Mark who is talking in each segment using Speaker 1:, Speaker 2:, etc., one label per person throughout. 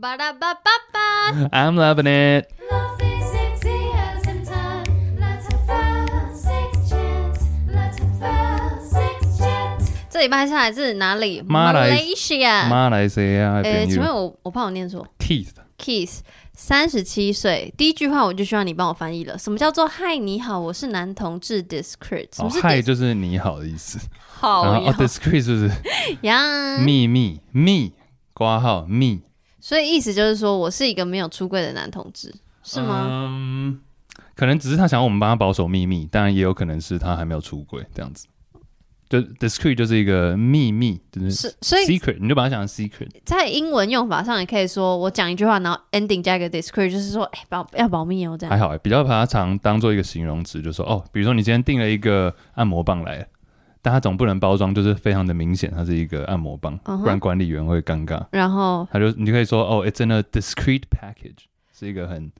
Speaker 1: 巴拉巴巴巴。
Speaker 2: I'm loving it.
Speaker 3: Love is sexy as in time. Let's have a sex chat. Let's have a sex chat.
Speaker 1: 这礼拜下来自哪里
Speaker 2: 马来
Speaker 1: ？Malaysia。
Speaker 2: 马来西亚的
Speaker 1: 诶，
Speaker 2: 朋
Speaker 1: 啊呃请问
Speaker 2: 友
Speaker 1: 我我怕我念错
Speaker 2: Teeth，
Speaker 1: ，Kiss 三十七岁，第一句话我就希望你帮我翻译了。什么叫做“嗨，你好，我是男同志 discreet”？什
Speaker 2: 哦
Speaker 1: 么是
Speaker 2: 嗨就是你好的意思，然
Speaker 1: 好
Speaker 2: 后哦
Speaker 1: 呀
Speaker 2: discreet 就是
Speaker 1: 呀？
Speaker 2: 秘密密挂号密
Speaker 1: 所以意思就是说我是一个没有出柜的男同志，是吗？
Speaker 2: 嗯，可能只是他想要我们帮他保守秘密，当然也有可能是他还没有出轨这样子。就 discreet 就是一个秘密，嗯就是
Speaker 1: 是，所以
Speaker 2: secret，你就把它想成 secret。
Speaker 1: 在英文用法上，也可以说我讲一句话，然后 ending 加一个 discreet，就是说，哎、保要保密哦，这
Speaker 2: 还
Speaker 1: 样。
Speaker 2: 好、欸，比较把它常当做一个形容词，就说哦，比如说你今天订了一个按摩棒来，但它总不能包装就是非常的明显，它是一个按摩棒，
Speaker 1: 嗯哼
Speaker 2: 不然管理员会尴尬。
Speaker 1: 然后
Speaker 2: 他就你就可以说哦，it's in a discreet package，是一个很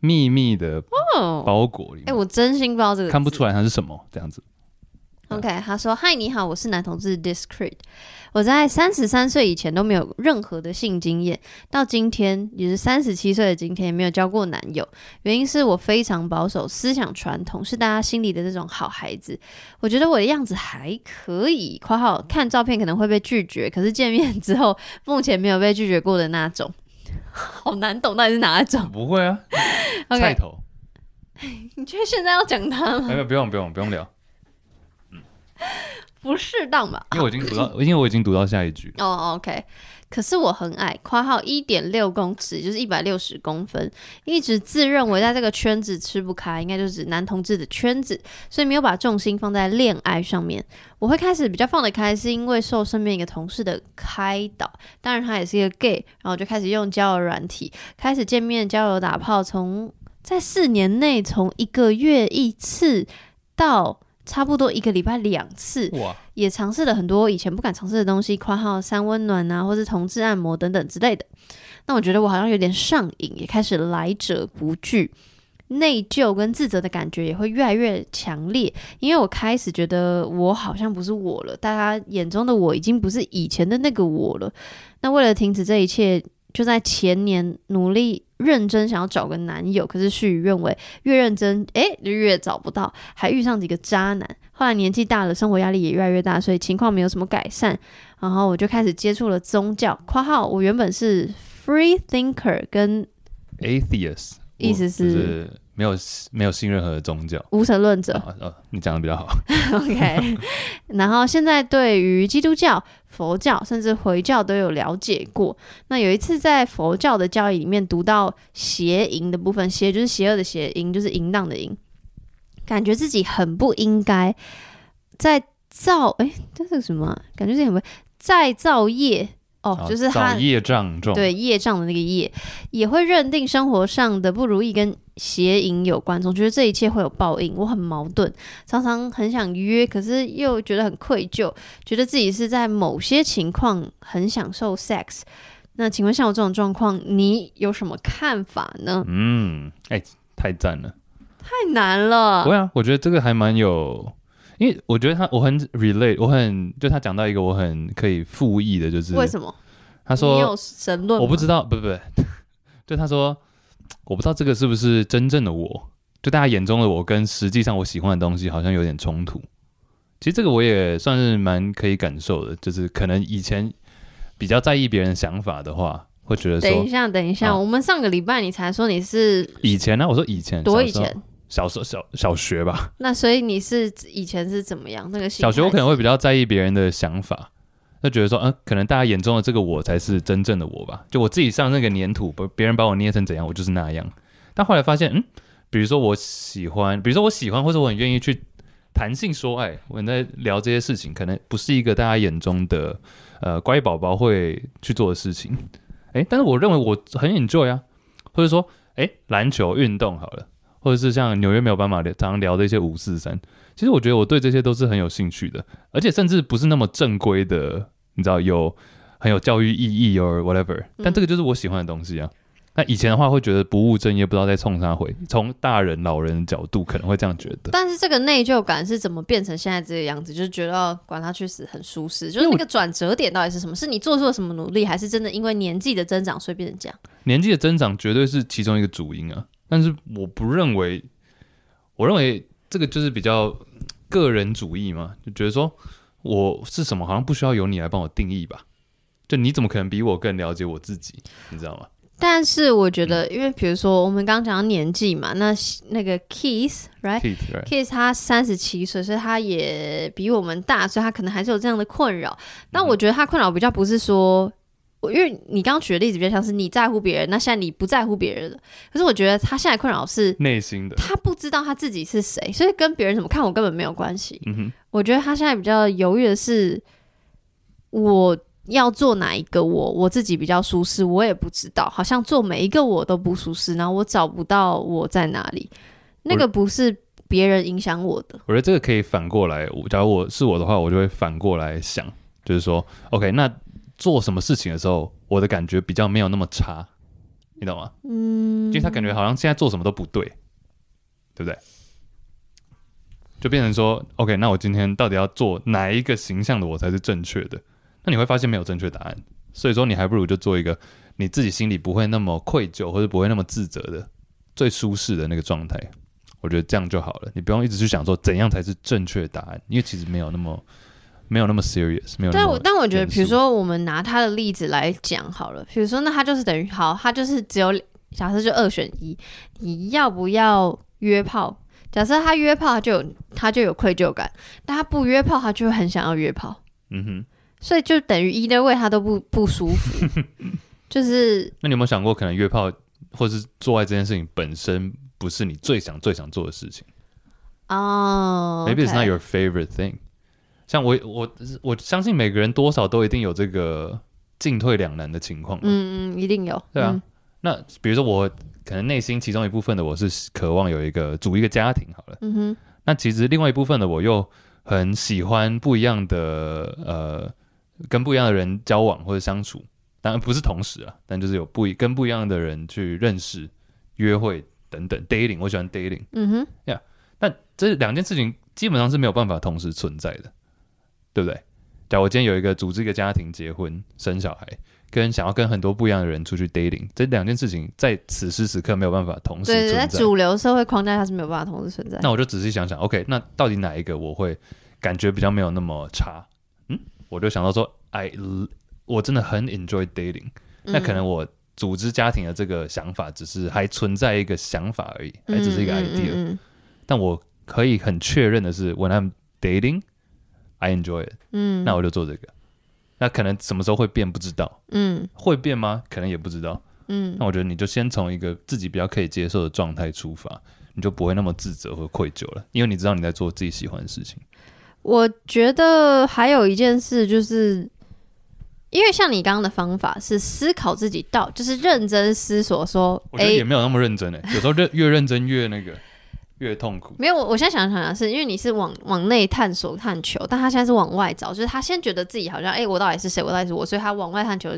Speaker 2: 秘密的
Speaker 1: 哦，
Speaker 2: 包裹里
Speaker 1: 哎、
Speaker 2: 面，
Speaker 1: 我真心不知道这个，
Speaker 2: 看不出来它是什么这样子。
Speaker 1: OK，他说：“嗨，你好，我是男同志 Discreet。我在三十三岁以前都没有任何的性经验，到今天也是三十七岁的今天，也没有交过男友。原因是我非常保守，思想传统，是大家心里的那种好孩子。我觉得我的样子还可以（括号看照片可能会被拒绝，可是见面之后，目前没有被拒绝过的那种）。 好难懂，到底是哪一种
Speaker 2: 不会啊，菜
Speaker 1: ？OK，嗯
Speaker 2: 头，
Speaker 1: 你觉得现在要讲他吗？
Speaker 2: 没有，不用，不用，不用聊，
Speaker 1: 不适当吧？
Speaker 2: 因为我已经读到， 因为我已经读到下一句了。
Speaker 1: 哦、o k 可是我很矮，括号一点六公尺，就是一百六十公分，一直自认为在这个圈子吃不开，应该就是指男同志的圈子，所以没有把重心放在恋爱上面。我会开始比较放得开，是因为受身边一个同事的开导，当然他也是一个 gay，然后我就开始用交友软体，开始见面、交友、打炮，从在四年内从一个月一次到差不多一个礼拜两次，
Speaker 2: 哇，
Speaker 1: 也尝试了很多以前不敢尝试的东西，括号三温暖啊，或是同志按摩等等之类的。那我觉得我好像有点上瘾，也开始来者不拒，内疚跟自责的感觉也会越来越强烈，因为我开始觉得我好像不是我了，大家眼中的我已经不是以前的那个我了。那为了停止这一切，就在前年努力认真想要找个男友，可是事与愿违，越认真诶就越找不到，还遇上几个渣男。后来年纪大了，生活压力也越来越大，所以情况没有什么改善。然后我就开始接触了宗教（括号我原本是 free thinker 跟
Speaker 2: atheist，
Speaker 1: 意思
Speaker 2: 我
Speaker 1: 是
Speaker 2: 哦就是没有没有信任何宗教。
Speaker 1: 无神论者）
Speaker 2: 啊哦，你讲的比较好。
Speaker 1: OK，然后现在对于基督教、佛教甚至回教都有了解过。那有一次在佛教的教义里面读到邪淫的部分，邪就是邪恶的邪，淫就是淫荡的淫，感觉自己很不应该在造诶，这是什么啊、感觉自己很不在造业哦，
Speaker 2: 啊
Speaker 1: 就是他
Speaker 2: 造业障重，
Speaker 1: 对业障的那个业，也会认定生活上的不如意跟邪淫有关，总觉得这一切会有报应。我很矛盾，常常很想约，可是又觉得很愧疚，觉得自己是在某些情况很享受 sex。那请问像我这种状况，你有什么看法呢？
Speaker 2: 嗯，哎、太赞了！
Speaker 1: 太难了
Speaker 2: 不，会啊，我觉得这个还蛮有，因为我觉得他我很 relate，我很就他讲到一个我很可以复议的，就是
Speaker 1: 为什么？
Speaker 2: 他
Speaker 1: 你
Speaker 2: 说
Speaker 1: 有神论吗？
Speaker 2: 我不知道，不不不， 就他说我不知道这个是不是真正的我，就大家眼中的我跟实际上我喜欢的东西好像有点冲突。其实这个我也算是蛮可以感受的，就是可能以前比较在意别人的想法的话，会觉得
Speaker 1: 等一
Speaker 2: 说
Speaker 1: 下，等一下，
Speaker 2: 啊
Speaker 1: 我们上个礼拜你才说你是
Speaker 2: 以前啊呢、我说以前
Speaker 1: 多以
Speaker 2: 小时
Speaker 1: 前，
Speaker 2: 候小时候小小学吧，
Speaker 1: 那所以你是以前是怎么样？那个心
Speaker 2: 小学我
Speaker 1: 态
Speaker 2: 可能会比较在意别人的想法，就觉得说，嗯、可能大家眼中的这个我才是真正的我吧。就我自己上那个粘土，不，别人把我捏成怎样，我就是那样。但后来发现，嗯，比如说我喜欢，比如说我喜欢，或者我很愿意去谈性说爱，我很在聊这些事情，可能不是一个大家眼中的呃乖宝宝会去做的事情。诶，但是我认为我很 enjoy 啊，或者说，诶，篮球运动好了，或者是像纽约没有斑马聊常常聊的一些五四三，其实我觉得我对这些都是很有兴趣的，而且甚至不是那么正规的，你知道有很有教育意义，or whatever，但这个就是我喜欢的东西啊。那那以前的话会觉得不务正业，不知道在冲啥回。从大人老人的角度可能会这样觉得。
Speaker 1: 但是这个内疚感是怎么变成现在这个样子？就是觉得哦管他去死很舒适，就是
Speaker 2: 因为
Speaker 1: 那
Speaker 2: 我
Speaker 1: 个转折点到底是什么？是你做出了什么努力，还是真的因为年纪的增长所以变成这样？
Speaker 2: 年纪的增长绝对是其中一个主因啊，但是我不认为，我认为这个就是比较个人主义嘛，就觉得说我是什么好像不需要由你来帮我定义吧。就你怎么可能比我更了解我自己？你知道吗？
Speaker 1: 但是我觉
Speaker 2: 嗯
Speaker 1: 得，因为比如说我们刚刚讲到年纪嘛，那那个 Keith right。
Speaker 2: Keith, right?
Speaker 1: Kiss 他三十七岁，所以他也比我们大，所以他可能还是有这样的困扰。但
Speaker 2: 嗯
Speaker 1: 我觉得他困扰比较不是说，我因为你刚刚举的例子比较像是你在乎别人，那现在你不在乎别人了。可是我觉得他现在困扰是
Speaker 2: 内心的，
Speaker 1: 他不知道他自己是谁，所以跟别人怎么看我根本没有关系。
Speaker 2: 嗯哼，
Speaker 1: 我觉得他现在比较犹豫的是，我要做哪一个我，我自己比较舒适，我也不知道，好像做每一个我都不舒适，然后我找不到我在哪里，那个不是别人影响我的。
Speaker 2: 我觉得这个可以反过来。我假如我是我的话，我就会反过来想，就是说，OK，那做什么事情的时候，我的感觉比较没有那么差，你懂吗？嗯，因为他感觉好像现在做什么都不对，对不对？就变成说，OK，那我今天到底要做哪一个形象的我才是正确的？那你会发现没有正确答案，所以说你还不如就做一个你自己心里不会那么愧疚或者不会那么自责的最舒适的那个状态。我觉得这样就好了，你不用一直去想说怎样才是正确答案，因为其实没有那么没有那么 serious，没有那
Speaker 1: 但
Speaker 2: 么
Speaker 1: 啊我但我觉得，
Speaker 2: 严肃
Speaker 1: 比如说我们拿他的例子来讲好了，比如说那他就是等于好，他就是只有假设就二选一，你要不要约炮？假设他约炮，他就有他就有愧疚感；但他不约炮，他就会很想要约炮，
Speaker 2: 嗯哼。
Speaker 1: 所以就等于 either way 他都不不舒服。 就是
Speaker 2: 那你有没有想过，可能约炮或是做爱这件事情本身不是你最想最想做的事情、
Speaker 1: 哦
Speaker 2: m a y b e it's
Speaker 1: OK
Speaker 2: not your favorite thing。像我我我相信每个人多少都一定有这个进退两难的情况，
Speaker 1: 嗯嗯，一定有。
Speaker 2: 对啊。
Speaker 1: 嗯
Speaker 2: 那比如说我可能内心其中一部分的我是渴望有一个组一个家庭好了，
Speaker 1: 嗯哼，
Speaker 2: 那其实另外一部分的我又很喜欢不一样的呃，跟不一样的人交往或者相处，当然不是同时啊，但就是有不一跟不一样的人去认识、约会等等 dating，我喜欢 dating，
Speaker 1: 嗯哼，
Speaker 2: 但这两件事情基本上是没有办法同时存在的，对不对？假如我今天有一个组织一个家庭、结婚、生小孩，跟想要跟很多不一样的人出去 dating，这两件事情在此时此刻没有办法同时
Speaker 1: 对，
Speaker 2: 存
Speaker 1: 对在
Speaker 2: 在。
Speaker 1: 主流社会框架下是没有办法同时存在。
Speaker 2: 那我就仔细想想，OK，那到底哪一个我会感觉比较没有那么差？嗯，我就想到说，I 我真的很 enjoy dating，、那
Speaker 1: 嗯
Speaker 2: 可能我组织家庭的这个想法只是还存在一个想法而已，还只是一个 idea，、
Speaker 1: 嗯嗯嗯
Speaker 2: 但我可以很确认的是，when I'm dating，I enjoy it，
Speaker 1: 嗯，
Speaker 2: 那我就做这个。那可能什么时候会变不知道，
Speaker 1: 嗯
Speaker 2: 会变吗？可能也不知道。
Speaker 1: 嗯
Speaker 2: 那我觉得你就先从一个自己比较可以接受的状态出发，你就不会那么自责和愧疚了，因为你知道你在做自己喜欢的事情。
Speaker 1: 我觉得还有一件事就是，因为像你刚刚的方法是思考自己到，就是认真思索说，
Speaker 2: 我觉得
Speaker 1: 诶，
Speaker 2: 也没有那么 认真诶、欸有时候认越认真越那个越痛苦。
Speaker 1: 没有，我我现在想想想是因为你是往往内探索探求，但他现在是往外找，就是他先觉得自己好像，诶，我到底是谁？我到底是我？所以他往外探求，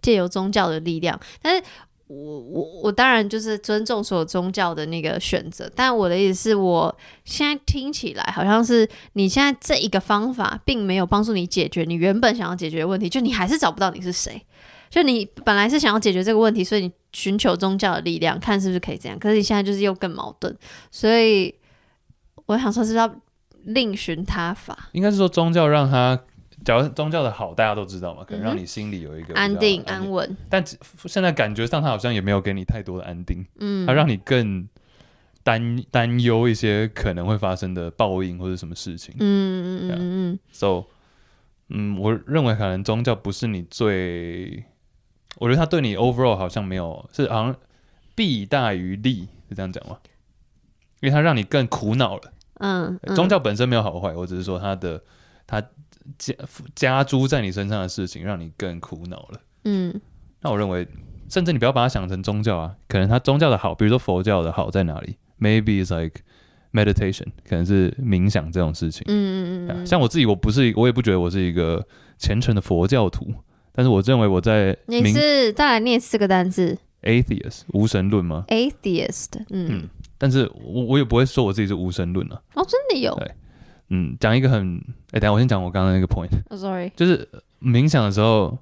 Speaker 1: 借由宗教的力量，但是。我我我当然就是尊重所有宗教的那个选择，但我的意思是我现在听起来好像是你现在这一个方法并没有帮助你解决你原本想要解决的问题，就你还是找不到你是谁，就你本来是想要解决这个问题，所以你寻求宗教的力量，看是不是可以这样，可是你现在就是又更矛盾，所以我想说是不是要另寻他法，
Speaker 2: 应该是说宗教让他，假如宗教的好大家都知道嘛，可能
Speaker 1: 嗯
Speaker 2: 让
Speaker 1: 哼
Speaker 2: 你心里有一个比较
Speaker 1: 安定安稳，
Speaker 2: 但其现在感觉上，他好像也没有给你太多的安定，
Speaker 1: 嗯
Speaker 2: 他，让你更担担忧一些可能会发生的报应或者什么事情
Speaker 1: 嗯。嗯嗯嗯
Speaker 2: So，嗯，我认为可能宗教不是你最，我觉得他对你 overall 好像没有，是好像弊大于利，是这样讲吗？因为他让你更苦恼了。
Speaker 1: 嗯嗯，
Speaker 2: 宗教本身没有好坏，我只是说他的他加加诸在你身上的事情让你更苦恼了。
Speaker 1: 嗯，
Speaker 2: 那我认为，甚至你不要把它想成宗教啊，可能它宗教的好，比如说佛教的好在哪里？Maybe it's like meditation，可能是冥想这种事情。
Speaker 1: 嗯嗯嗯
Speaker 2: 对啊
Speaker 1: 嗯，
Speaker 2: 像我自己，我不是，我也不觉得我是一个虔诚的佛教徒，但是我认为我在
Speaker 1: 你
Speaker 2: 冥
Speaker 1: 是再来念四个单字，
Speaker 2: atheist 无神论吗？
Speaker 1: atheist，嗯，
Speaker 2: 嗯但是我我也不会说我自己是无神论啊。
Speaker 1: 哦，真的有
Speaker 2: 对嗯，讲一个很，哎、等一下我先讲我刚刚那个 point，
Speaker 1: 哦，sorry，
Speaker 2: 就是呃冥想的时候，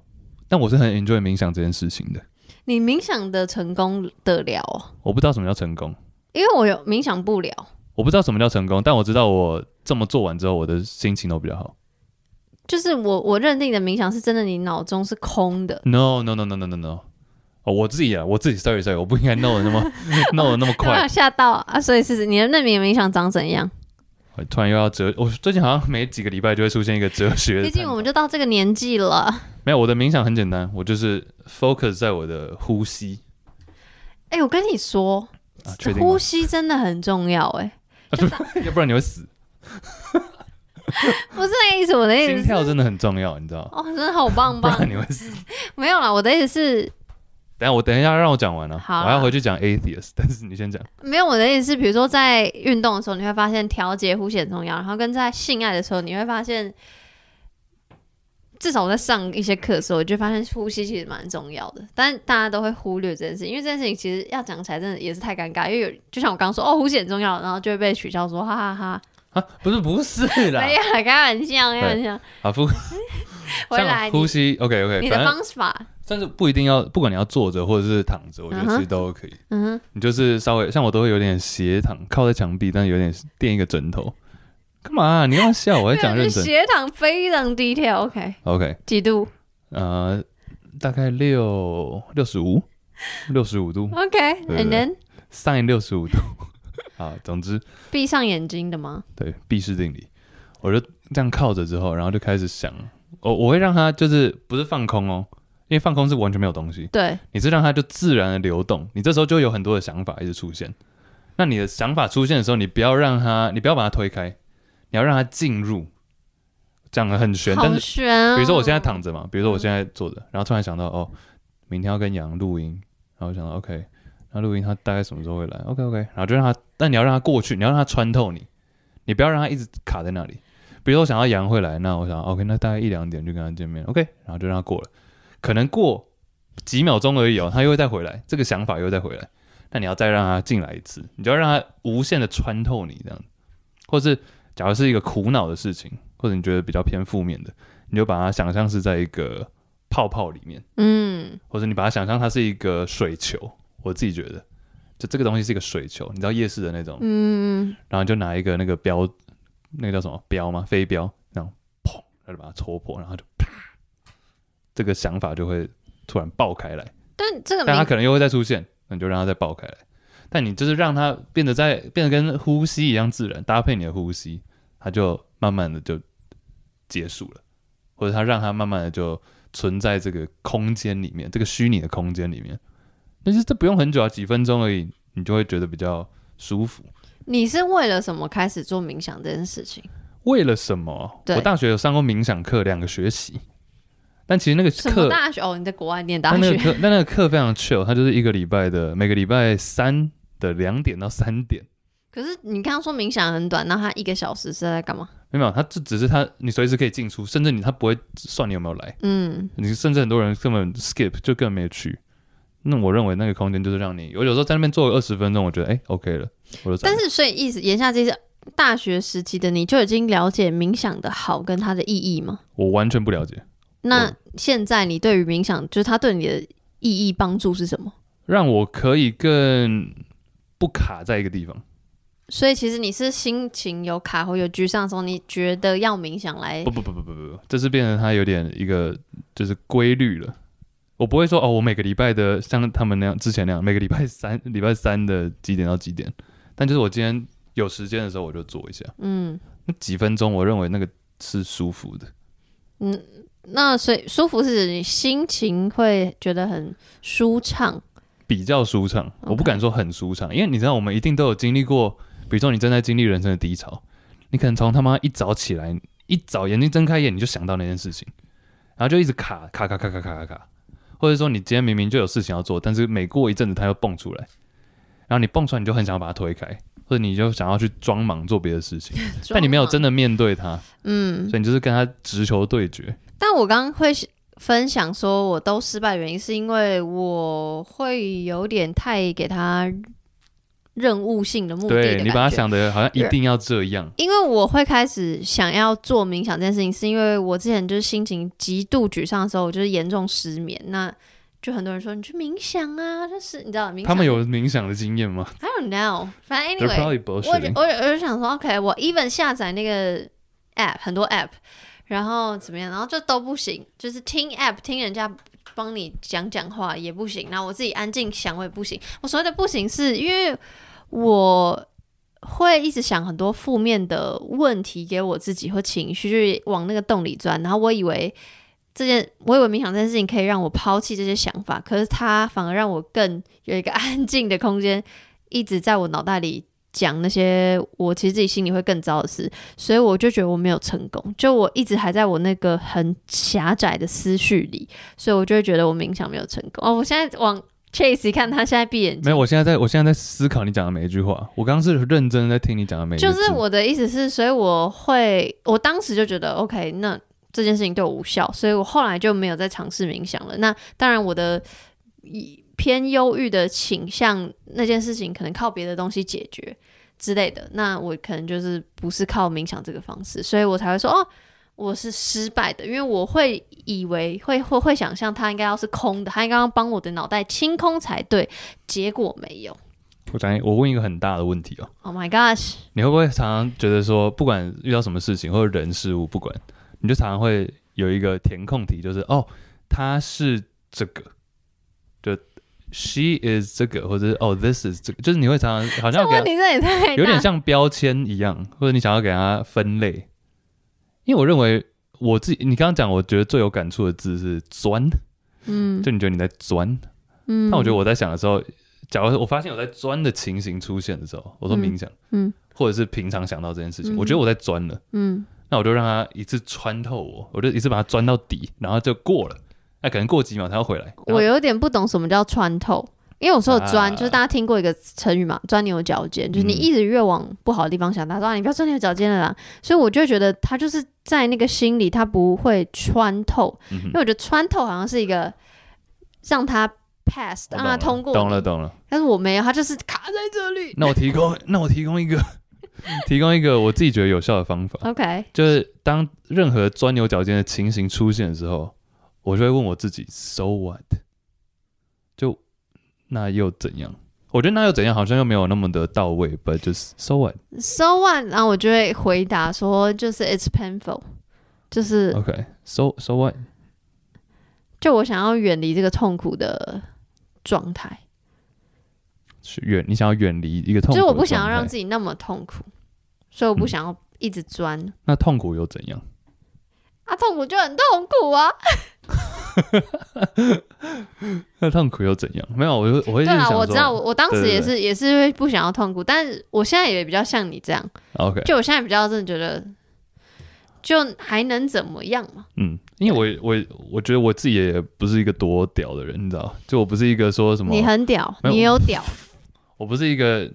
Speaker 2: 但我是很 enjoy 冥想这件事情的。
Speaker 1: 你冥想的成功得了哦，
Speaker 2: 我不知道什么叫成功，
Speaker 1: 因为我有冥想不了，
Speaker 2: 我不知道什么叫成功，但我知道我这么做完之后，我的心情都比较好。
Speaker 1: 就是我我认定的冥想是真的，你脑中是空的，
Speaker 2: No no no no no no no，哦，我自己啊，我自己 sorry sorry，我不应该 no 的那么 no 的那么
Speaker 1: 没有
Speaker 2: 快，
Speaker 1: 吓到啊，所以是你的那冥冥想长怎样？
Speaker 2: 我突然又要哲，我最近好像每几个礼拜就会出现一个哲学的探
Speaker 1: 毕
Speaker 2: 讨。
Speaker 1: 竟我们就到这个年纪了。
Speaker 2: 没有我的冥想很简单，我就是 focus 在我的呼吸
Speaker 1: 哎、我跟你说，
Speaker 2: 啊，确定吗
Speaker 1: 呼吸真的很重要、哎，
Speaker 2: 要不然你会死。
Speaker 1: 不是那个意思，我的意
Speaker 2: 心
Speaker 1: 思是，
Speaker 2: 跳真的很重要，你知 道吗？
Speaker 1: 哦，真的好棒
Speaker 2: 不
Speaker 1: 棒
Speaker 2: 然。你会死。
Speaker 1: 没有啦，我的意思是，
Speaker 2: 等一下我等一下让我讲完了、
Speaker 1: 好啊
Speaker 2: 我要回去讲 atheist，但是你先讲。
Speaker 1: 没有我的意思是，比如说在运动的时候，你会发现调节呼吸很重要，然后跟在性爱的时候，你会发现，至少我在上一些课的时候，我就发现呼吸其实蛮重要的，但大家都会忽略这件事情，因为这件事情其实要讲起来真的也是太尴尬，因为有就像我刚刚说，哦，呼吸很重要，然后就会被取笑说哈哈哈
Speaker 2: 啊，不是不是啦
Speaker 1: 没，有啦，开玩笑，哎开玩笑，
Speaker 2: 啊呼，
Speaker 1: 回来
Speaker 2: 像呼吸，OK
Speaker 1: 你
Speaker 2: OK，
Speaker 1: 的
Speaker 2: 反正
Speaker 1: 方法，
Speaker 2: 但是不一定要，不管你要坐着或者是躺着，我觉得
Speaker 1: 嗯哼
Speaker 2: 其实都可以。
Speaker 1: 嗯哼，
Speaker 2: 你就是稍微像我都会有点斜躺，靠在墙壁，但是有点垫一个枕头。干嘛啊、你要笑？我在讲
Speaker 1: 没有
Speaker 2: 认
Speaker 1: 就
Speaker 2: 真。
Speaker 1: 血糖非常低调，OK，
Speaker 2: OK，
Speaker 1: 几度
Speaker 2: 呃，大概六六十五，六十五度对
Speaker 1: ，OK，and
Speaker 2: 对
Speaker 1: then
Speaker 2: ，sin 六十五度。啊，总之
Speaker 1: 闭上眼睛的吗？
Speaker 2: 对毕氏定理，我就这样靠着之后，然后就开始想，我我会让它就是不是放空哦，因为放空是完全没有东西，
Speaker 1: 对，
Speaker 2: 你是让它就自然的流动，你这时候就有很多的想法一直出现。那你的想法出现的时候，你不要让它，你不要把它推开，你要让它进入。讲的很玄，但
Speaker 1: 好
Speaker 2: 是
Speaker 1: 悬、哦。
Speaker 2: 比如说我现在躺着嘛，比如说我现在坐着，然后突然想到哦，明天要跟杨录音，然后我想到 OK，那录音他大概什么时候会来？OK OK，然后就让他，但你要让他过去，你要让他穿透你，你不要让他一直卡在那里。比如说我想要杨会来，那我想 OK，那大概一两点就跟他见面，OK，然后就让他过了，可能过几秒钟而已哦，他又会再回来，这个想法又会再回来，那你要再让他进来一次，你就要让他无限的穿透你这样子，或是假如是一个苦恼的事情，或者你觉得比较偏负面的。你就把它想象是在一个泡泡里面，
Speaker 1: 嗯，
Speaker 2: 或者你把它想象它是一个水球。我自己觉得，就这个东西是一个水球，你知道夜市的那种，
Speaker 1: 嗯
Speaker 2: 然后你就拿一个那个标，那个叫什么标吗？飞镖，然后砰，然后就把它戳破，然后就啪，这个想法就会突然爆开来，
Speaker 1: 但这个
Speaker 2: 但它
Speaker 1: 冥
Speaker 2: 可能又会再出现，那你就让它再爆开来。但你就是让它变得在变得跟呼吸一样自然，搭配你的呼吸，它就慢慢的就结束了，或者它让它慢慢的就存在这个空间里面，这个虚拟的空间里面。但是这不用很久啊，几分钟而已，你就会觉得比较舒服。
Speaker 1: 你是为了什么开始做冥想这件事情？
Speaker 2: 为了什么？
Speaker 1: 对
Speaker 2: 我大学有上过冥想课两个学期，但其实那个
Speaker 1: 什么
Speaker 2: 课
Speaker 1: 大学？哦，你在国外念大
Speaker 2: 但那个
Speaker 1: 学，
Speaker 2: 课，但那个课非常 chill，它就是一个礼拜的，每个礼拜三的两点到三点，
Speaker 1: 可是你刚刚说冥想很短，那他一个小时是在干嘛？
Speaker 2: 没有，它就只是它，你随时可以进出，甚至你它不会算你有没有来，
Speaker 1: 嗯，
Speaker 2: 你甚至很多人根本 skip 就根本没有去。那我认为那个空间就是让你，我有时候在那边坐个二十分钟，我觉得哎、OK 了，我就走了
Speaker 1: 但是所以意思言下之意是，大学时期的你就已经了解冥想的好跟它的意义吗？
Speaker 2: 我完全不了解，
Speaker 1: 那
Speaker 2: 嗯
Speaker 1: 现在你对于冥想，就是它对你的意义帮助是什么？
Speaker 2: 让我可以更不卡在一个地方。
Speaker 1: 所以其实你是心情有卡或有沮丧的时候，你觉得要冥想来
Speaker 2: 不不不不不不，这是变成它有点一个就是规律了。我不会说哦，我每个礼拜的像他们那样之前那样，每个礼拜三礼拜三的几点到几点，但就是我今天有时间的时候我就做一下，
Speaker 1: 嗯
Speaker 2: 那几分钟我认为那个是舒服的。
Speaker 1: 嗯，那所以舒服是指你心情会觉得很舒 畅，
Speaker 2: 比较舒畅，我不敢说很舒畅，因为你知道，我们一定都有经历过，比如说你正在经历人生的低潮，你可能从他妈一早起来，一早眼睛睁开眼，你就想到那件事情，然后就一直卡卡卡卡卡卡卡卡，或者说你今天明明就有事情要做，但是每过一阵子它又蹦出来，然后你蹦出来，你就很想要把它推开，或者你就想要去装忙做别的事情，但你没有真的面对它，
Speaker 1: 嗯。
Speaker 2: 所以你就是跟它直球对决。
Speaker 1: 但我刚刚会分享说我都失败的原因，是因为我会有点太给他任务性的目的的
Speaker 2: 对你把它
Speaker 1: 感觉
Speaker 2: 想的好像一
Speaker 1: 对
Speaker 2: 定要这样，
Speaker 1: 因为我会开始想要做冥想这件事情，是因为我之前就是心情极度沮丧的时候，我就是严重失眠。那就很多人说你去冥想啊，就是你知道冥想。
Speaker 2: 他们有冥想的经验吗
Speaker 1: I don't know，反正
Speaker 2: ？They're
Speaker 1: anyway，
Speaker 2: probably
Speaker 1: 我就
Speaker 2: bullshitting。
Speaker 1: 我就我就想说，OK，我 even 下载那个 app 很多 app，然后怎么样，然后就都不行，就是听 app 听人家帮你讲讲话也不行，然后我自己安静想我也不行。我所谓的不行，是因为我会一直想很多负面的问题给我自己或情绪，就是往那个洞里钻，然后我以为。这件，我以为冥想这件事情可以让我抛弃这些想法，可是它反而让我更有一个安静的空间，一直在我脑袋里讲那些我其实自己心里会更糟的事，所以我就觉得我没有成功，就我一直还在我那个很狭窄的思绪里，所以我就会觉得我冥想没有成功。哦，我现在往 Chase 看，他现在闭眼
Speaker 2: 没
Speaker 1: 睛，
Speaker 2: 有，我现在在我现在在思考你讲的每一句话。我刚刚是认真在听你讲的每一句，
Speaker 1: 就是我的意思是，所以我会，我当时就觉得 OK，那这件事情对我无效，所以我后来就没有再尝试冥想了。那当然，我的以偏忧郁的倾向，那件事情可能靠别的东西解决之类的。那我可能就是不是靠冥想这个方式，所以我才会说哦，我是失败的，因为我会以为会会会想象它应该要是空的，它应该要帮我的脑袋清空才对，结果没有。
Speaker 2: 我讲，我问一个很大的问题哦，
Speaker 1: Oh my gosh！
Speaker 2: 你会不会常常觉得说，不管遇到什么事情或者人事物，不管，你就常常会有一个填空题，就是哦，他是这个，就 she is 这个，或者是哦 this is 这个，就是你会常常好像要给
Speaker 1: 问
Speaker 2: 他
Speaker 1: 题这也太大
Speaker 2: 有点像标签一样，或者你想要给他分类。因为我认为我自己，你刚刚讲，我觉得最有感触的字是钻，
Speaker 1: 嗯
Speaker 2: 就你觉得你在钻，
Speaker 1: 嗯，
Speaker 2: 但我觉得我在想的时候，假如我发现我在钻的情形出现的时候，我说冥想，
Speaker 1: 嗯嗯
Speaker 2: 或者是平常想到这件事情，
Speaker 1: 嗯
Speaker 2: 我觉得我在钻了，
Speaker 1: 嗯
Speaker 2: 那我就让它一次穿透我，我就一次把它钻到底，然后就过了。那可能过几秒它要回来，然
Speaker 1: 我
Speaker 2: 后
Speaker 1: 有点不懂什么叫穿透，因为我说的钻、
Speaker 2: 啊
Speaker 1: 就是大家听过一个成语嘛，钻牛角尖，就是你
Speaker 2: 嗯
Speaker 1: 一直越往不好的地方想，他说、啊你不要钻牛角尖了啦，所以我就觉得他就是在那个心里，他不会穿透，
Speaker 2: 嗯哼
Speaker 1: 因为我觉得穿透好像是一个让他 pass
Speaker 2: 我
Speaker 1: 让
Speaker 2: 懂
Speaker 1: 他
Speaker 2: 了
Speaker 1: 通过，
Speaker 2: 懂了，懂了。
Speaker 1: 但是我没有，他就是卡在这里。
Speaker 2: 那我提供，那我提供一个， 提供一个我自己觉得有效的方法，
Speaker 1: OK，
Speaker 2: 就是当任何钻牛角尖的情形出现的时候，我就会问我自己，so what？就那又怎样？我觉得那又怎样，好像又没有那么的到位，but 就是 so what？
Speaker 1: so one，然后我就会回答说，就是 it's painful，就是、
Speaker 2: 哦 OK，so、so what？
Speaker 1: 就我想要远离这个痛苦的状态。
Speaker 2: 是远，你想要远离一个痛苦，
Speaker 1: 就是我不想要让
Speaker 2: 己。
Speaker 1: 自己那么痛苦，所以我不
Speaker 2: 嗯
Speaker 1: 想要一直钻、
Speaker 2: 那痛苦又怎样？
Speaker 1: 啊，痛苦就很痛苦啊。
Speaker 2: 那痛苦又怎样？没有，我就我会
Speaker 1: 对
Speaker 2: 一直想
Speaker 1: 啊，
Speaker 2: 说，
Speaker 1: 我知道，我我当时
Speaker 2: 对对
Speaker 1: 也是也是会不想要痛苦，但是我现在也比较像你这样，
Speaker 2: OK，
Speaker 1: 就我现在比较真的觉得，就还能怎么样嘛？
Speaker 2: 嗯，因为我我我觉得我自己也不是一个多屌的人，你知道，就我不是一个说什么
Speaker 1: 你很屌，
Speaker 2: 没有
Speaker 1: 你有 屌，
Speaker 2: 我不是一个，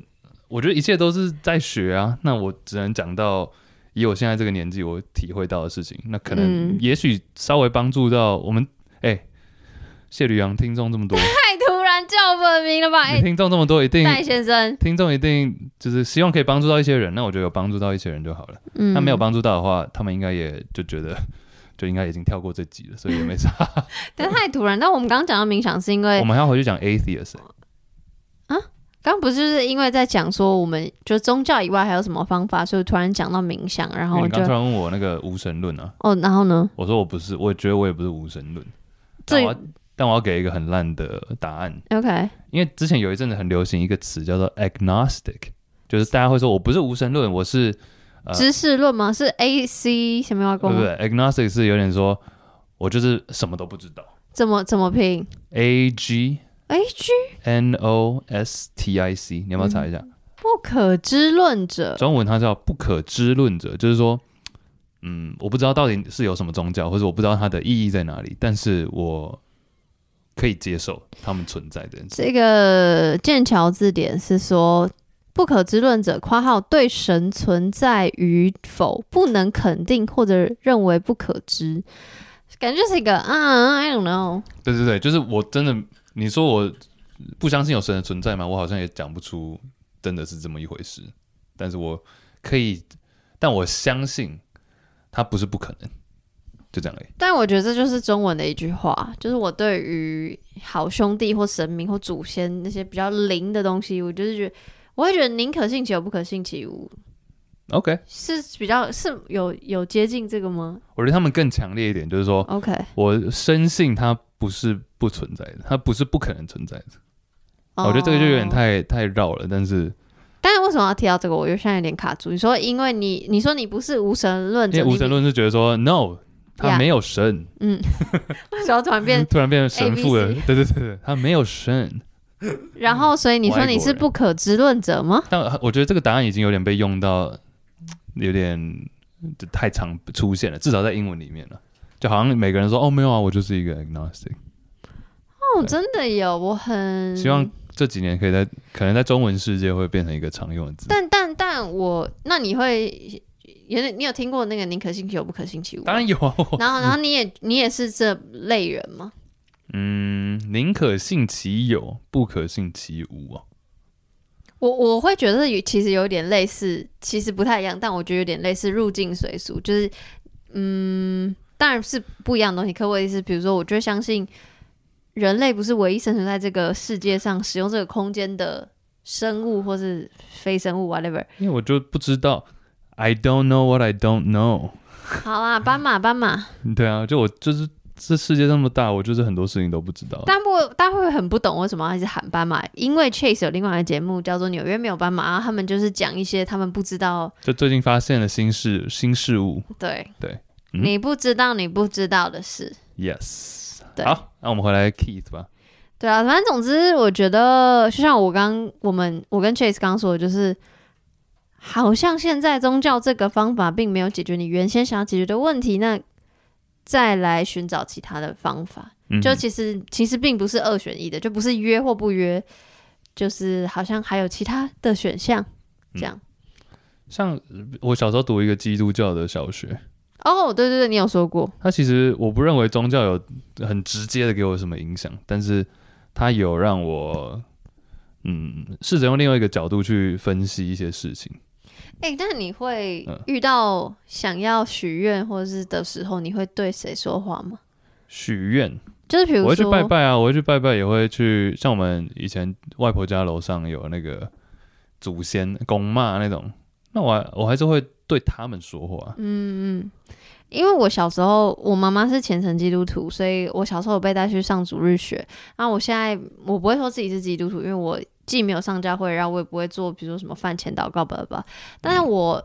Speaker 2: 我觉得一切都是在学啊。那我只能讲到以我现在这个年纪，我体会到的事情。那可能
Speaker 1: 嗯
Speaker 2: 也许稍微帮助到我们。哎、谢吕阳听众这么多，
Speaker 1: 太突然叫本名了吧？ 哎、
Speaker 2: 你听众这么多，一定
Speaker 1: 戴先生，
Speaker 2: 听众一定就是希望可以帮助到一些人。那我觉得有帮助到一些人就好了。
Speaker 1: 嗯，
Speaker 2: 那没有帮助到的话，他们应该也就觉得 就应该已经跳过这集了，所以也没啥。
Speaker 1: 但太突然。但我们刚刚讲到冥想，是因为
Speaker 2: 我们还要回去讲 atheist，
Speaker 1: 刚不是就是因为在讲说我们就宗教以外还有什么方法，所以突然讲到冥想，然
Speaker 2: 因
Speaker 1: 后
Speaker 2: 为
Speaker 1: 我
Speaker 2: 你
Speaker 1: 就
Speaker 2: 刚突然问我那个无神论啊，
Speaker 1: 哦，然后呢？
Speaker 2: 我说我不是，我觉得我也不是无神论。但
Speaker 1: 最
Speaker 2: 我要但我要给一个很烂的答案，
Speaker 1: OK，
Speaker 2: 因为之前有一阵子很流行一个词叫做 agnostic，就是大家会说我不是无神论，我是呃
Speaker 1: 知识论吗？是 A C 什么要
Speaker 2: 对
Speaker 1: 公
Speaker 2: 不
Speaker 1: 吗？
Speaker 2: 对？agnostic 是有点说我就是什么都不知道
Speaker 1: 怎么怎么拼
Speaker 2: ，a g
Speaker 1: ？A G
Speaker 2: n o s t i c，你要不要查一下？
Speaker 1: 不可知论者。
Speaker 2: 中文它叫不可知论者，就是说，嗯，我不知道到底是有什么宗教，或者我不知道它的意义在哪里，但是我可以接受他们存在这件事。
Speaker 1: 这个剑桥字典是说，不可知论者（括号对神存在与否不能肯定或者认为不可知）。感觉就是一个嗯，I don't know，
Speaker 2: 对对对，就是我真的，你说我不相信有神的存在吗？我好像也讲不出真的是这么一回事，但是我可以，但我相信它不是不可能，就这样而已。
Speaker 1: 但我觉得这就是中文的一句话，就是我对于好兄弟或神明或祖先那些比较灵的东西，我就是觉得，我会觉得宁可信其有，不可信其无，
Speaker 2: OK，
Speaker 1: 是比较是有有接近这个吗
Speaker 2: 我觉得他们更强烈一点，就是说
Speaker 1: ？OK，
Speaker 2: 我深信它不是不存在的，它不是不可能存在的。我觉得这个就有点
Speaker 1: 哦
Speaker 2: 太太绕了，但是
Speaker 1: 但是为什么要提到这个？我又现在有点卡住。你说，因为你你说你不是无神论
Speaker 2: 因为
Speaker 1: 者，
Speaker 2: 无神
Speaker 1: 你
Speaker 2: 论是觉得说 no，他
Speaker 1: Yeah
Speaker 2: 没有神，
Speaker 1: 为什么突然变？
Speaker 2: 突然变成神父了
Speaker 1: A B C，
Speaker 2: 对对对对，他没有神。
Speaker 1: 然后，所以你说
Speaker 2: 外国
Speaker 1: 你是
Speaker 2: 人
Speaker 1: 不可知论者吗？
Speaker 2: 但我觉得这个答案已经有点被用到，有点就太常出现了，至少在英文里面了。就好像每个人说哦没有啊，我就是一个 agnostic。
Speaker 1: 哦，
Speaker 2: 对
Speaker 1: 真的有，我很
Speaker 2: 希望这几年可以在可能在中文世界会变成一个常用的字。
Speaker 1: 但但但我，那你会有点，你有听过那个宁可信其有，不可信其无？
Speaker 2: 当。然有啊，我
Speaker 1: 然后然后你也你也是这类人吗？
Speaker 2: 嗯，宁可信其有，不可信其无哦。
Speaker 1: 我我会觉得有其实有点类似，其实不太一样，但我觉得有点类似入境随俗，就是嗯，当然是不一样的东西。可我的意思，比如说，我就相信人类不是唯一生存在这个世界上、使用这个空间的生物或是非生物，whatever。
Speaker 2: 因为我就不知道，I don't know what I don't know。
Speaker 1: 好啦，斑马，斑马，
Speaker 2: 对啊，就我就是这世界这么大，我就是很多事情都不知道。
Speaker 1: 大家不会大家会很不懂为什么要一直喊斑马，因为 Chase 有另外一个节目叫做《纽约没有斑马》，然后他们就是讲一些他们不知道
Speaker 2: 就最近发现了新事新事物
Speaker 1: 对
Speaker 2: 对嗯
Speaker 1: 你不知道你不知道的事。
Speaker 2: ，yes。
Speaker 1: 对
Speaker 2: 好，那我们回来 Keith 吧。
Speaker 1: 对啊，反正总之，我觉得就像我刚我们我跟 Chase 刚说的，就是好像现在宗教这个方法并没有解决你原先想要解决的问题，那再来寻找其他的方法。
Speaker 2: 嗯
Speaker 1: 就其实其实并不是二选一的，就不是约或不约，就是好像还有其他的选项这
Speaker 2: 嗯
Speaker 1: 样。
Speaker 2: 像呃我小时候读一个基督教的小学，
Speaker 1: 哦、对对对，你有说过，
Speaker 2: 它其实我不认为宗教有很直接的给我什么影响，但是它有让我嗯试着用另外一个角度去分析一些事情。
Speaker 1: 哎、那你会
Speaker 2: 嗯
Speaker 1: 遇到想要许愿或是的时候，你会对谁说话吗？
Speaker 2: 许愿，
Speaker 1: 就是比如
Speaker 2: 我
Speaker 1: 说，
Speaker 2: 会去拜拜啊，我会去拜拜，也会去像我们以前外婆家楼上有那个祖先公骂那种，那我还我还是会对他们说话。
Speaker 1: 嗯因为我小时候，我妈妈是虔诚基督徒，所以我小时候有被带去上主日学。然后我现在我不会说自己是基督徒，因为我既没有上教会，然后我也不会做，比如说什么饭前祷告吧吧吧。但是我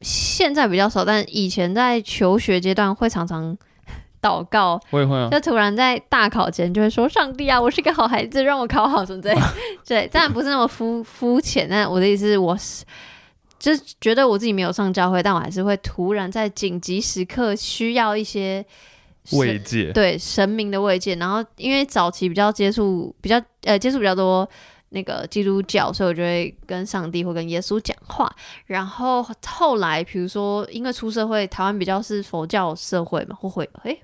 Speaker 1: 现在比较少，但以前在求学阶段会常常 祷告，
Speaker 2: 我也会啊，
Speaker 1: 就突然在大考前就会说：“上帝啊，我是个好孩子，让我考好什么之类的。” 对，当然不是那么肤肤浅，但我的意思是，我是就是觉得我自己没有上教会，但我还是会突然在紧急时刻需要一些神
Speaker 2: 慰藉。
Speaker 1: 对神明的慰藉。然后因为早期比较接触比较呃接触比较多那个基督教，所以我就会跟上帝或跟耶稣讲话。然后后来比如说因为出社会，台湾比较是佛教社会嘛，或会诶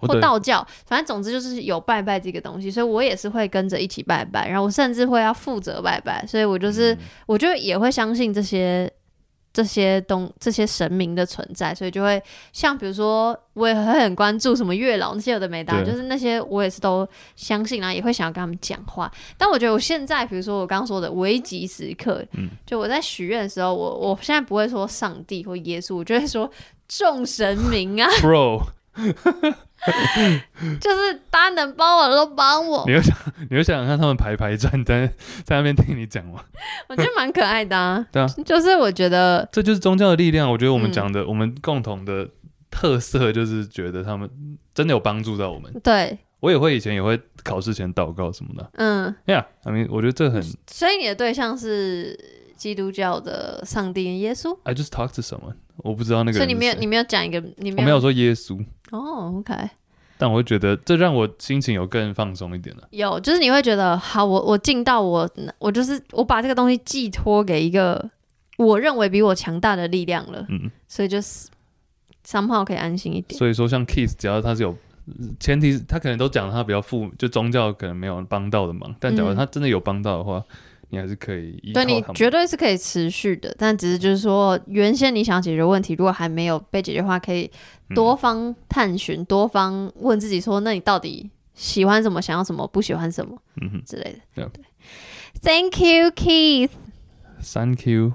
Speaker 2: 我
Speaker 1: 或
Speaker 2: 哦对
Speaker 1: 道教，反正总之就是有拜拜这个东西，所以我也是会跟着一起拜拜，然后我甚至会要负责拜拜，所以我就是、
Speaker 2: 嗯
Speaker 1: 我就也会相信这些这些东这些神明的存在，所以就会像比如说我也会很关注什么月老那些有的没的啊，
Speaker 2: 对
Speaker 1: 就是那些我也是都相信，啊然后也会想要跟他们讲话。但我觉得我现在，比如说我刚刚说的危急时刻，
Speaker 2: 嗯
Speaker 1: 就我在许愿的时候，我我现在不会说上帝或耶稣，我就会说众神明啊。
Speaker 2: bro，
Speaker 1: 就是大家能帮我都帮我
Speaker 2: 你，会想，你会想想看他们排排站在在那边听你讲吗？
Speaker 1: 我觉得蛮可爱的啊。
Speaker 2: 对啊，
Speaker 1: 就是我觉得
Speaker 2: 这就是宗教的力量。我觉得我们
Speaker 1: 嗯
Speaker 2: 讲的，我们共同的特色就是觉得他们真的有帮助到我们。
Speaker 1: 对，
Speaker 2: 我也会以前也会考试前祷告什么的。
Speaker 1: 嗯，
Speaker 2: 呀、yeah,，I mean，我觉得这很
Speaker 1: 所以你的对象是基督教的上帝跟耶稣，
Speaker 2: I just talk to someone，我不知道那个人是
Speaker 1: 所
Speaker 2: 谁。
Speaker 1: 以你没有你没有讲一个你
Speaker 2: 我
Speaker 1: 没
Speaker 2: 没有
Speaker 1: 有
Speaker 2: 说耶稣，
Speaker 1: 哦，OK，
Speaker 2: 但我会觉得这让我心情有更放松一点了。
Speaker 1: 有就是你会觉得好，我我尽到我我就是我把这个东西寄托给一个我认为比我强大的力量了，
Speaker 2: 嗯，
Speaker 1: 所以就是 somehow 可以安心一点。
Speaker 2: 所以说，像 Kiss，只要他是有前提是，他可能都讲他比较负，就宗教可能没有帮到的忙，但假如
Speaker 1: 嗯
Speaker 2: 他真的有帮到的话，你还是可以依靠
Speaker 1: 对
Speaker 2: 他
Speaker 1: 你
Speaker 2: 们
Speaker 1: 绝对是可以持续的，但只是就是说，原先你想解决的问题，如果还没有被解决的话，可以
Speaker 2: 嗯
Speaker 1: 多方探寻，多方问自己说，那你到底喜欢什么，想要什么，不喜欢什么
Speaker 2: 嗯哼
Speaker 1: 之类的。
Speaker 2: Yep
Speaker 1: 对，Thank you, Keith。
Speaker 2: ，Thank you。